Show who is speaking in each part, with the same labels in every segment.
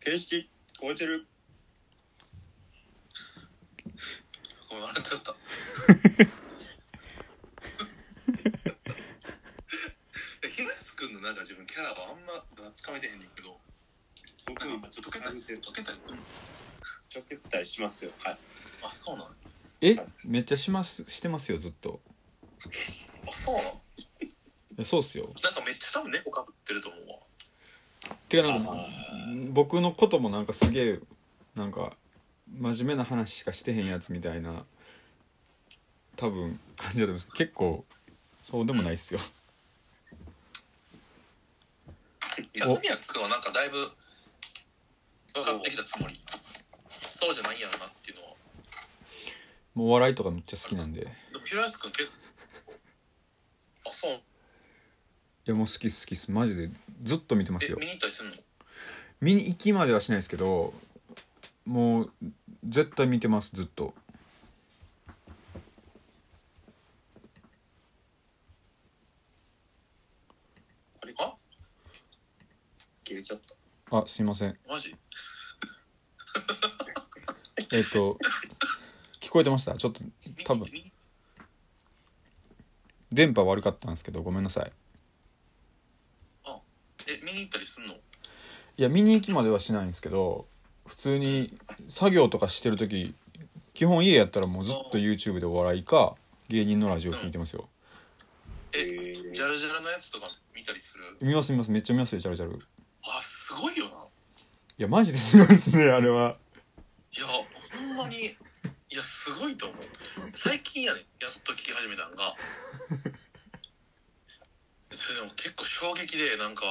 Speaker 1: 形式超えてる
Speaker 2: ごめん笑っちゃった。え、東くんのなんか自分キャラはあんまつかめてへんねんけど、
Speaker 1: 僕
Speaker 2: なん
Speaker 1: 今
Speaker 2: か
Speaker 1: ちょっと
Speaker 2: 溶けたりする。溶けたりする。
Speaker 1: ちょけたりしますよはい
Speaker 2: あ、そうなの。
Speaker 3: えめっちゃしますしてますよずっと
Speaker 2: あ、そうなの。
Speaker 3: いやそうっすよ
Speaker 2: なんかめっちゃ多分猫かぶってると思うわ。
Speaker 3: てかなんか
Speaker 1: あ
Speaker 3: 僕のこともなんかすげえなんか真面目な話しかしてへんやつみたいな多分感じだと思うんです結構そうでもないっすよ
Speaker 2: いや、
Speaker 3: お
Speaker 2: 文也くんはなんかだいぶ分かってきたつもり。そうじゃないんやろなっていうのは。
Speaker 3: もうお笑いとかめっちゃ好きなんでい
Speaker 2: でも東くん結構、あ、そう。
Speaker 3: やもう好きっす好きっすマジでずっと見てます
Speaker 2: え、
Speaker 3: よ
Speaker 2: 見に行ったりするの
Speaker 3: 見に行きまではしないですけどもう絶対見てますずっと
Speaker 1: あれ
Speaker 2: あ
Speaker 1: 消えちゃった
Speaker 3: あすいません
Speaker 2: マジ
Speaker 3: えっ、と聞こえてましたちょっと多分
Speaker 2: 見に
Speaker 3: 電波悪かったんですけどごめんなさい
Speaker 2: え、見に行ったりすんの
Speaker 3: いや見に行きまではしないんですけど普通に作業とかしてる時基本家やったらもうずっと YouTube でお笑いか芸人のラジオ聞いてますよ
Speaker 2: え
Speaker 1: えー
Speaker 2: ジャルジャルのやつとか見たりする
Speaker 3: 見ます見ますめっちゃ見ますよチャルチャルい
Speaker 2: あすごいよな
Speaker 3: やマジですご いですねあれはい
Speaker 2: やほんまにいやすごいと思う最近やねやっと聞き始めたんがそれでも結構衝撃でなんか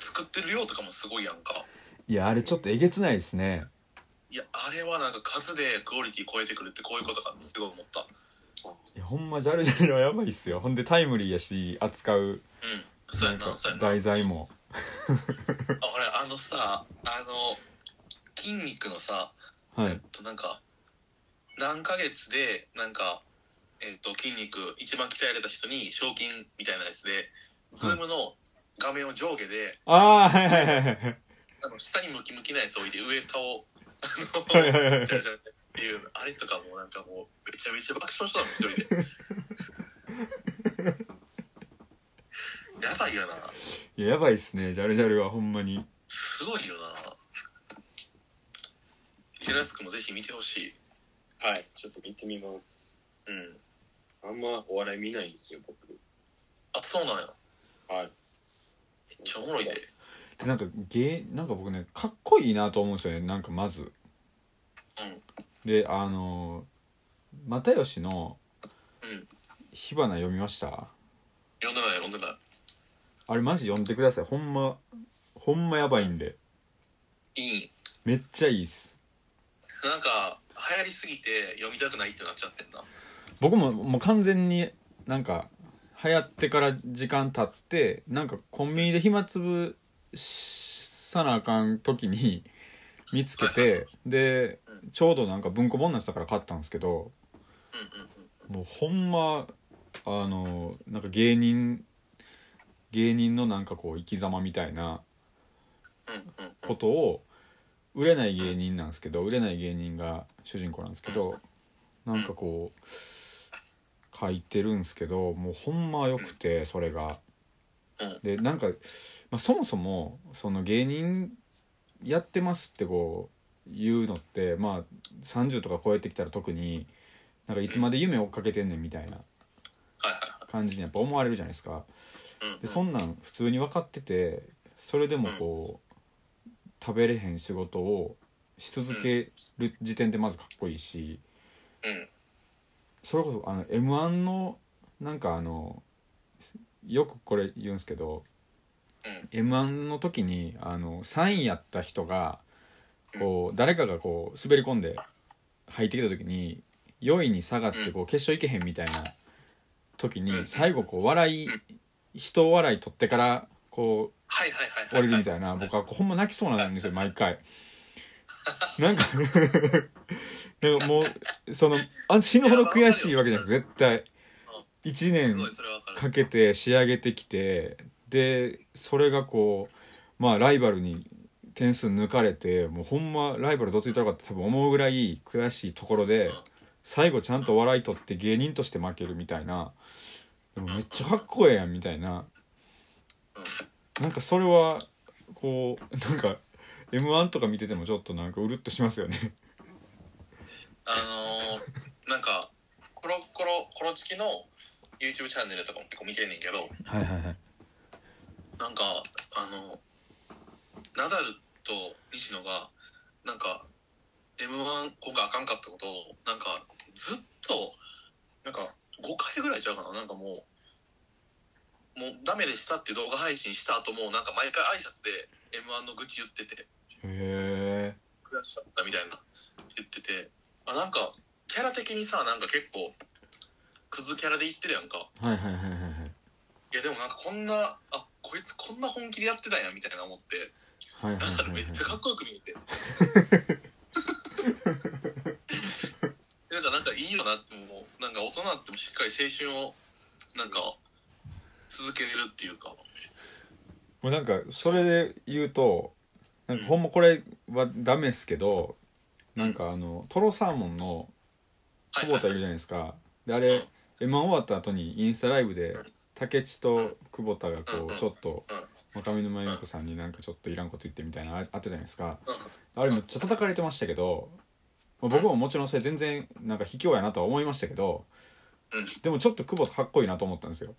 Speaker 2: 作ってる量とかもすごいやんか
Speaker 3: いやあれちょっとえげつないですね
Speaker 2: いやあれはなんか数でクオリティ超えてくるってこういうことかってすごい思った
Speaker 3: いやほんまジャルジャルはやばいっすよほんでタイムリーやし扱う
Speaker 2: うんそう
Speaker 3: な
Speaker 2: や
Speaker 3: ん
Speaker 2: な
Speaker 3: か
Speaker 2: そうやなあ
Speaker 3: 題材も
Speaker 2: 俺あのさあの筋肉のさ
Speaker 3: は
Speaker 2: えっ
Speaker 3: い
Speaker 2: となんか何ヶ月でなんか、えっと筋肉一番鍛えられた人に賞金みたいなやつで、ズームの画面を上下で
Speaker 3: ああはいはいはいはい
Speaker 2: あの下にムキムキなやつ置いて上顔あ
Speaker 3: はい
Speaker 2: の
Speaker 3: はいはい
Speaker 2: ジャラジャラっていうのあれとかもなんかもうめちゃめちゃ爆笑したの一人でやばいよない
Speaker 3: ややばいっすねジャルジャルはほんまに
Speaker 2: すごいよな平安くんもぜひ見てほしい
Speaker 1: はいちょっと見てみます
Speaker 2: うん
Speaker 1: あんまお笑い見ないんですよ僕
Speaker 2: あそうなんや
Speaker 1: はい
Speaker 2: めっちゃおもろいで
Speaker 3: でなんか芸なんか僕ねかっこいいなと思うんですよねなんかまず
Speaker 2: うん
Speaker 3: であのー又吉の
Speaker 2: うん
Speaker 3: 火花読みました
Speaker 2: 読んでない読んでない
Speaker 3: あれマジ読んでくださいほんまほんまやばいんで
Speaker 2: いい
Speaker 3: めっちゃいいっす
Speaker 2: なんか流行りすぎて読みたくないってなっちゃってんな
Speaker 3: 僕ももう完全になんか流行ってから時間経ってなんかコンビニで暇つぶさなあかん時に見つけてでちょうどなんか文庫本のやつだから買ったんですけど
Speaker 2: うんうんうん
Speaker 3: もうほんまあのなんか芸人芸人のなんかこう生き様みたいな
Speaker 2: うんうん
Speaker 3: ことを売れない芸人なんですけど売れない芸人が主人公なんですけどなんかこう書いてるんですけどもうほんまよくてそれが
Speaker 2: うん。
Speaker 3: でなんか、まあ、そもそもその芸人やってますってこう言うのってまあ30とか超えてきたら特になんかいつまで夢追っかけてんねんみたいな
Speaker 2: はいは
Speaker 3: 感じにやっぱ思われるじゃないですか。
Speaker 2: いはい
Speaker 3: でそんなん普通に分かっててそれでもこう食べれへん仕事をし続ける時点でまずかっこいいし
Speaker 2: うんうん
Speaker 3: それこそあの m 1のなんかあのよくこれ言うんですけど
Speaker 2: うん
Speaker 3: m 1の時にあの3位やった人がこう誰かがこう滑り込んで入ってきた時に4位に下がってこう決勝行けへんみたいな時
Speaker 2: うん
Speaker 3: に最後こう笑い人笑い取ってからこう
Speaker 2: はいはいはいはい
Speaker 3: 降りるみたいな僕はほんま泣きそうなん ですよ毎回なんかなんかもうそのあ死ぬほど悔しいわけじゃなくて絶対1
Speaker 2: す
Speaker 3: 年
Speaker 2: ごいそれはわかる
Speaker 3: かけて仕上げてきてでそれがこうまあライバルに点数抜かれてもうほんまライバルどついたのかって多分思うぐらい悔しいところで最後ちゃんと笑い取って芸人として負けるみたいなでもめっちゃかっこええやんみたいななんかそれはこうなんか m 1とか見ててもちょっとなんかうるっとしますよね
Speaker 2: あのー、なんかコロコロコロチキの YouTube チャンネルとかも結構見てんねんけど
Speaker 3: はいはいはい
Speaker 2: なんかあのナダルと西野がなんか m 1今回あかんかったことをなんかずっとなんか5回ぐらいちゃうかななんかもうもうダメでしたっていう動画配信した後もなんか毎回挨拶で m 1の愚痴言ってて
Speaker 3: へえ
Speaker 2: 悔しかったみたいな言っててあなんかキャラ的にさなんか結構クズキャラで言ってるやんか
Speaker 3: はいはいはいはい
Speaker 2: いやでもなんかこんなあこいつこんな本気でやってたんやみたいな思って
Speaker 3: はいはい
Speaker 2: だから
Speaker 3: はいは
Speaker 2: め
Speaker 3: い
Speaker 2: っちゃかっこよく見え てなんかなんかいいよなってもうなんか大人になってもしっかり青春をなんか続けれるっていうか
Speaker 3: もうなんかそれで言うとなんかほんまこれはダメですけどなんかあのトロサーモンの
Speaker 2: は
Speaker 3: 久
Speaker 2: いは
Speaker 3: 保
Speaker 2: い
Speaker 3: 田いるじゃないですかであれ M−1 終わった後にインスタライブで竹内と久保田がこうちょっと若見沼優子さんになんかちょっといらんこと言ってみたいなのああったじゃないですかあれめっちゃ叩かれてましたけどまあ僕ももちろんそれ全然なんか卑怯やなとは思いましたけど
Speaker 2: うん
Speaker 3: でもちょっと久保田かっこいいなと思ったんですよ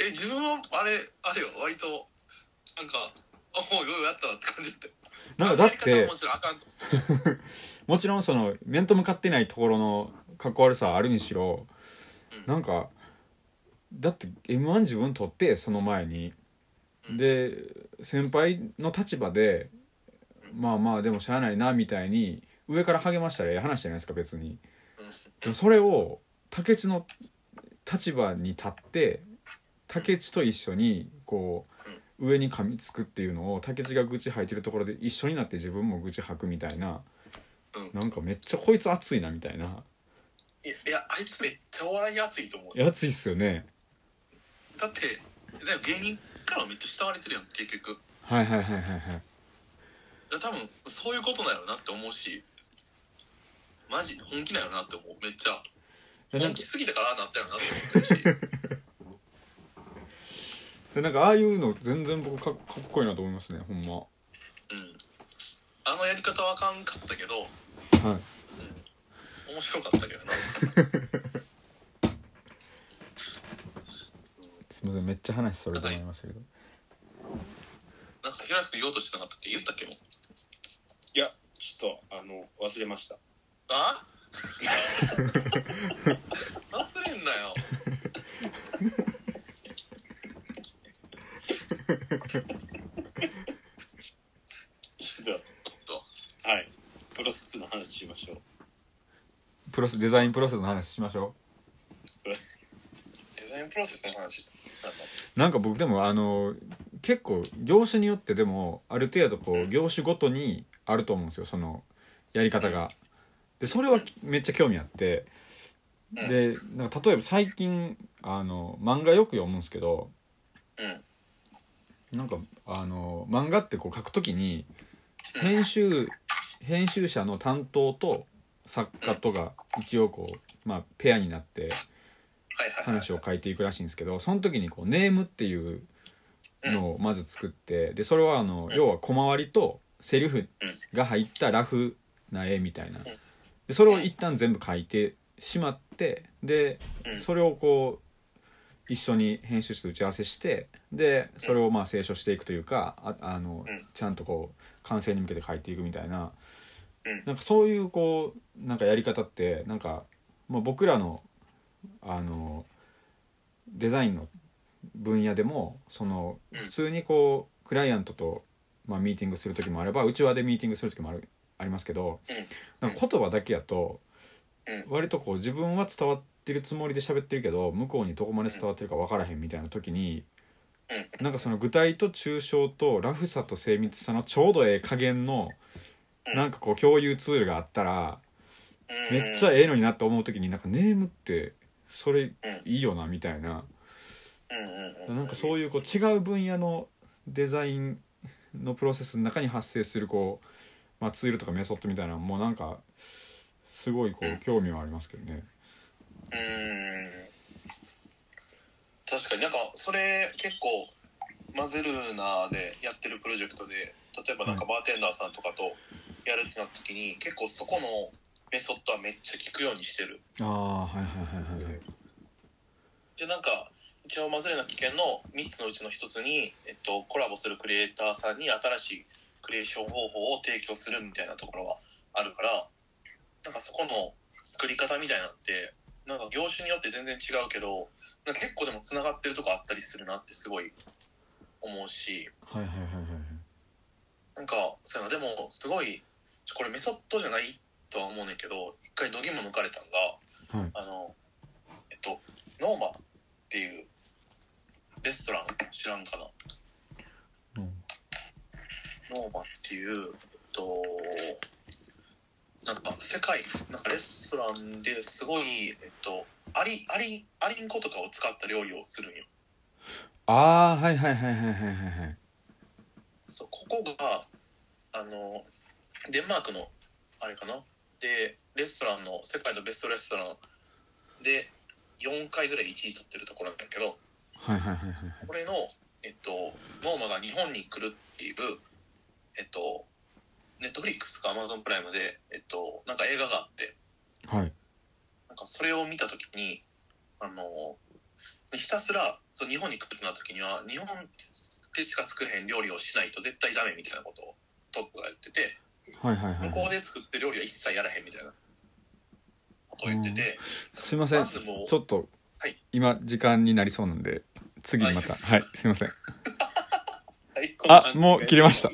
Speaker 2: え自分はあれあれよ割となんかあもうようやったわって感じだったよ
Speaker 3: なんかだっ
Speaker 2: やり方 はも
Speaker 3: て
Speaker 2: ちろんあかんとしてる
Speaker 3: もちろんその面と向かってないところのかっこ悪さはあるにしろ
Speaker 2: うん
Speaker 3: なんかだって m 1自分取ってその前に
Speaker 2: うん
Speaker 3: で先輩の立場でまあまあでもしゃあないなみたいに上から励ましたらええ話じゃないですか別にでもそれを竹内の立場に立って竹内と一緒にこう上に噛みつくっていうのを竹内が愚痴吐いてるところで一緒になって自分も愚痴吐くみたいな
Speaker 2: うん
Speaker 3: なんかめっちゃこいつ熱いなみたいない
Speaker 2: やいやあいつめっちゃお笑い熱いと思うよ
Speaker 3: いや熱いっすよね
Speaker 2: だってだから芸人からめっちゃ慕われてるやん結局
Speaker 3: はいはいはいはいはい
Speaker 2: だから多分そういうことだよなって思うしマジ本気だよなって思うめっちゃ
Speaker 3: でなん
Speaker 2: 本
Speaker 3: か
Speaker 2: 気すぎたからああなったよなって思ってるし
Speaker 3: でなんかああいうの全然僕かっかっこいいなと思いますねほんま
Speaker 2: うんあのやり方はあかんかったけど
Speaker 3: はい
Speaker 2: 面白かったけどな
Speaker 3: すみませんめっちゃ話それて思いましたけど
Speaker 2: なんか平しく言おうとしてなかったっけ言ったっけもう
Speaker 1: いや、ちょっと、あの、忘れました。
Speaker 2: あ忘れん なよ
Speaker 1: ちょっ
Speaker 2: と
Speaker 1: と、はい。プロセスの話しましょう。
Speaker 3: プロセスデザインプロセスの話しましょ
Speaker 2: デザインプロセスの話したの
Speaker 3: うなんか僕でもあの結構業種によってでもある程度こう業種ごとにあると思うんですよそのやり方が。でそれはめっちゃ興味あって
Speaker 2: うん
Speaker 3: でなんか例えば最近あの漫画よく読むんですけど
Speaker 2: うん
Speaker 3: なんかあの漫画ってこう書くときに編集編集者の担当と作家とが一応こう、まあ、ペアになって
Speaker 2: はいはいはい
Speaker 3: 話を書いていくらしいんですけどその時にこうネームっていうのをまず作ってでそれはあの
Speaker 2: うん
Speaker 3: 要は小回りとセリフが入ったラフな絵みたいなでそれを一旦全部書いてしまってで
Speaker 2: うん
Speaker 3: それをこう一緒に編集室で打ち合わせしてでそれをまあ清書していくというかああの
Speaker 2: うん
Speaker 3: ちゃんとこう完成に向けて書いていくみたいな
Speaker 2: うん
Speaker 3: なんかそういうこうなんかやり方ってなんかまあ僕らのあのデザインの分野でもその
Speaker 2: うん
Speaker 3: 普通にこうクライアントとまあミーティングする時もあればうちわでミーティングする時もあるありますけど
Speaker 2: うん
Speaker 3: なんか言葉だけやと
Speaker 2: うん
Speaker 3: 割とこう自分は伝わってるつもりで喋ってるけど向こうにどこまで伝わってるか分からへんみたいな時に
Speaker 2: うん
Speaker 3: なんかその具体と抽象とラフさと精密さのちょうどええ加減の
Speaker 2: うん
Speaker 3: なんかこう共有ツールがあったら
Speaker 2: うん
Speaker 3: めっちゃええのになって思う時になんかネームってそれいいよなみたいな
Speaker 2: うんうんうん
Speaker 3: なんかそういうこう違う分野のデザインのプロセスの中に発生するこう、まあ、ツールとかメソッドみたいなのもなんかすごいこ
Speaker 2: うん
Speaker 3: う興味はありますけどね。
Speaker 2: うーん確かになんかそれ結構マゼルーナでやってるプロジェクトで例えばなんかバーテンダーさんとかとやるってなった時に結構そこのメソッドはめっちゃ効くようにしてる
Speaker 3: ああはいはいはいはいはい。
Speaker 2: でなんか一応マゼルーナ危険の3つのうちの1つに、えっと、コラボするクリエイターさんに新しいクリエーション方法を提供するみたいなところがあるからなんかそこの作り方みたいなのってなんか業種によって全然違うけどなんか結構でもつながってるとこあったりするなってすごい思うし
Speaker 3: はいはいはいはいはい。
Speaker 2: なんかそういうのでもすごいちょこれメソッドじゃないとは思うねんけど一回度肝抜かれたのが、
Speaker 3: はい
Speaker 2: あのえっとノーマっていうレストラン知らんかな
Speaker 3: うん
Speaker 2: ノーマっていう、えっと、なんか世界、なんかレストランですごい、えっと、アリ、アリ、アリンコとかを使った料理をするんよ。
Speaker 3: ああはいはいはいはいはいはいはい。
Speaker 2: そう、ここが、あの、デンマークの、あれかなで、レストランの、世界のベストレストランで、4回ぐらい1位取ってるところなんだけど、
Speaker 3: はいはいはいはいはい。
Speaker 2: これの、えっと、ノーマが日本に来るっていう、えっと、ネットフリックスかアマゾンプライムで、えっと、なんか映画があって、
Speaker 3: はい
Speaker 2: なんかそれを見たときに、あの、ひたすら、そう、日本に来るってなったときには、日本でしか作れへん料理をしないと絶対ダメみたいなことをトップが言ってて、
Speaker 3: はいはいはい
Speaker 2: 向こうで作って料理は一切やらへんみたいなことを言ってて、
Speaker 3: すいません
Speaker 2: まずもう
Speaker 3: ちょっと、
Speaker 2: はい
Speaker 3: 今時間になりそうなんで次また
Speaker 2: はい
Speaker 3: はいすいません
Speaker 2: はい、こんな
Speaker 3: あ
Speaker 2: 感じ
Speaker 3: もう切れました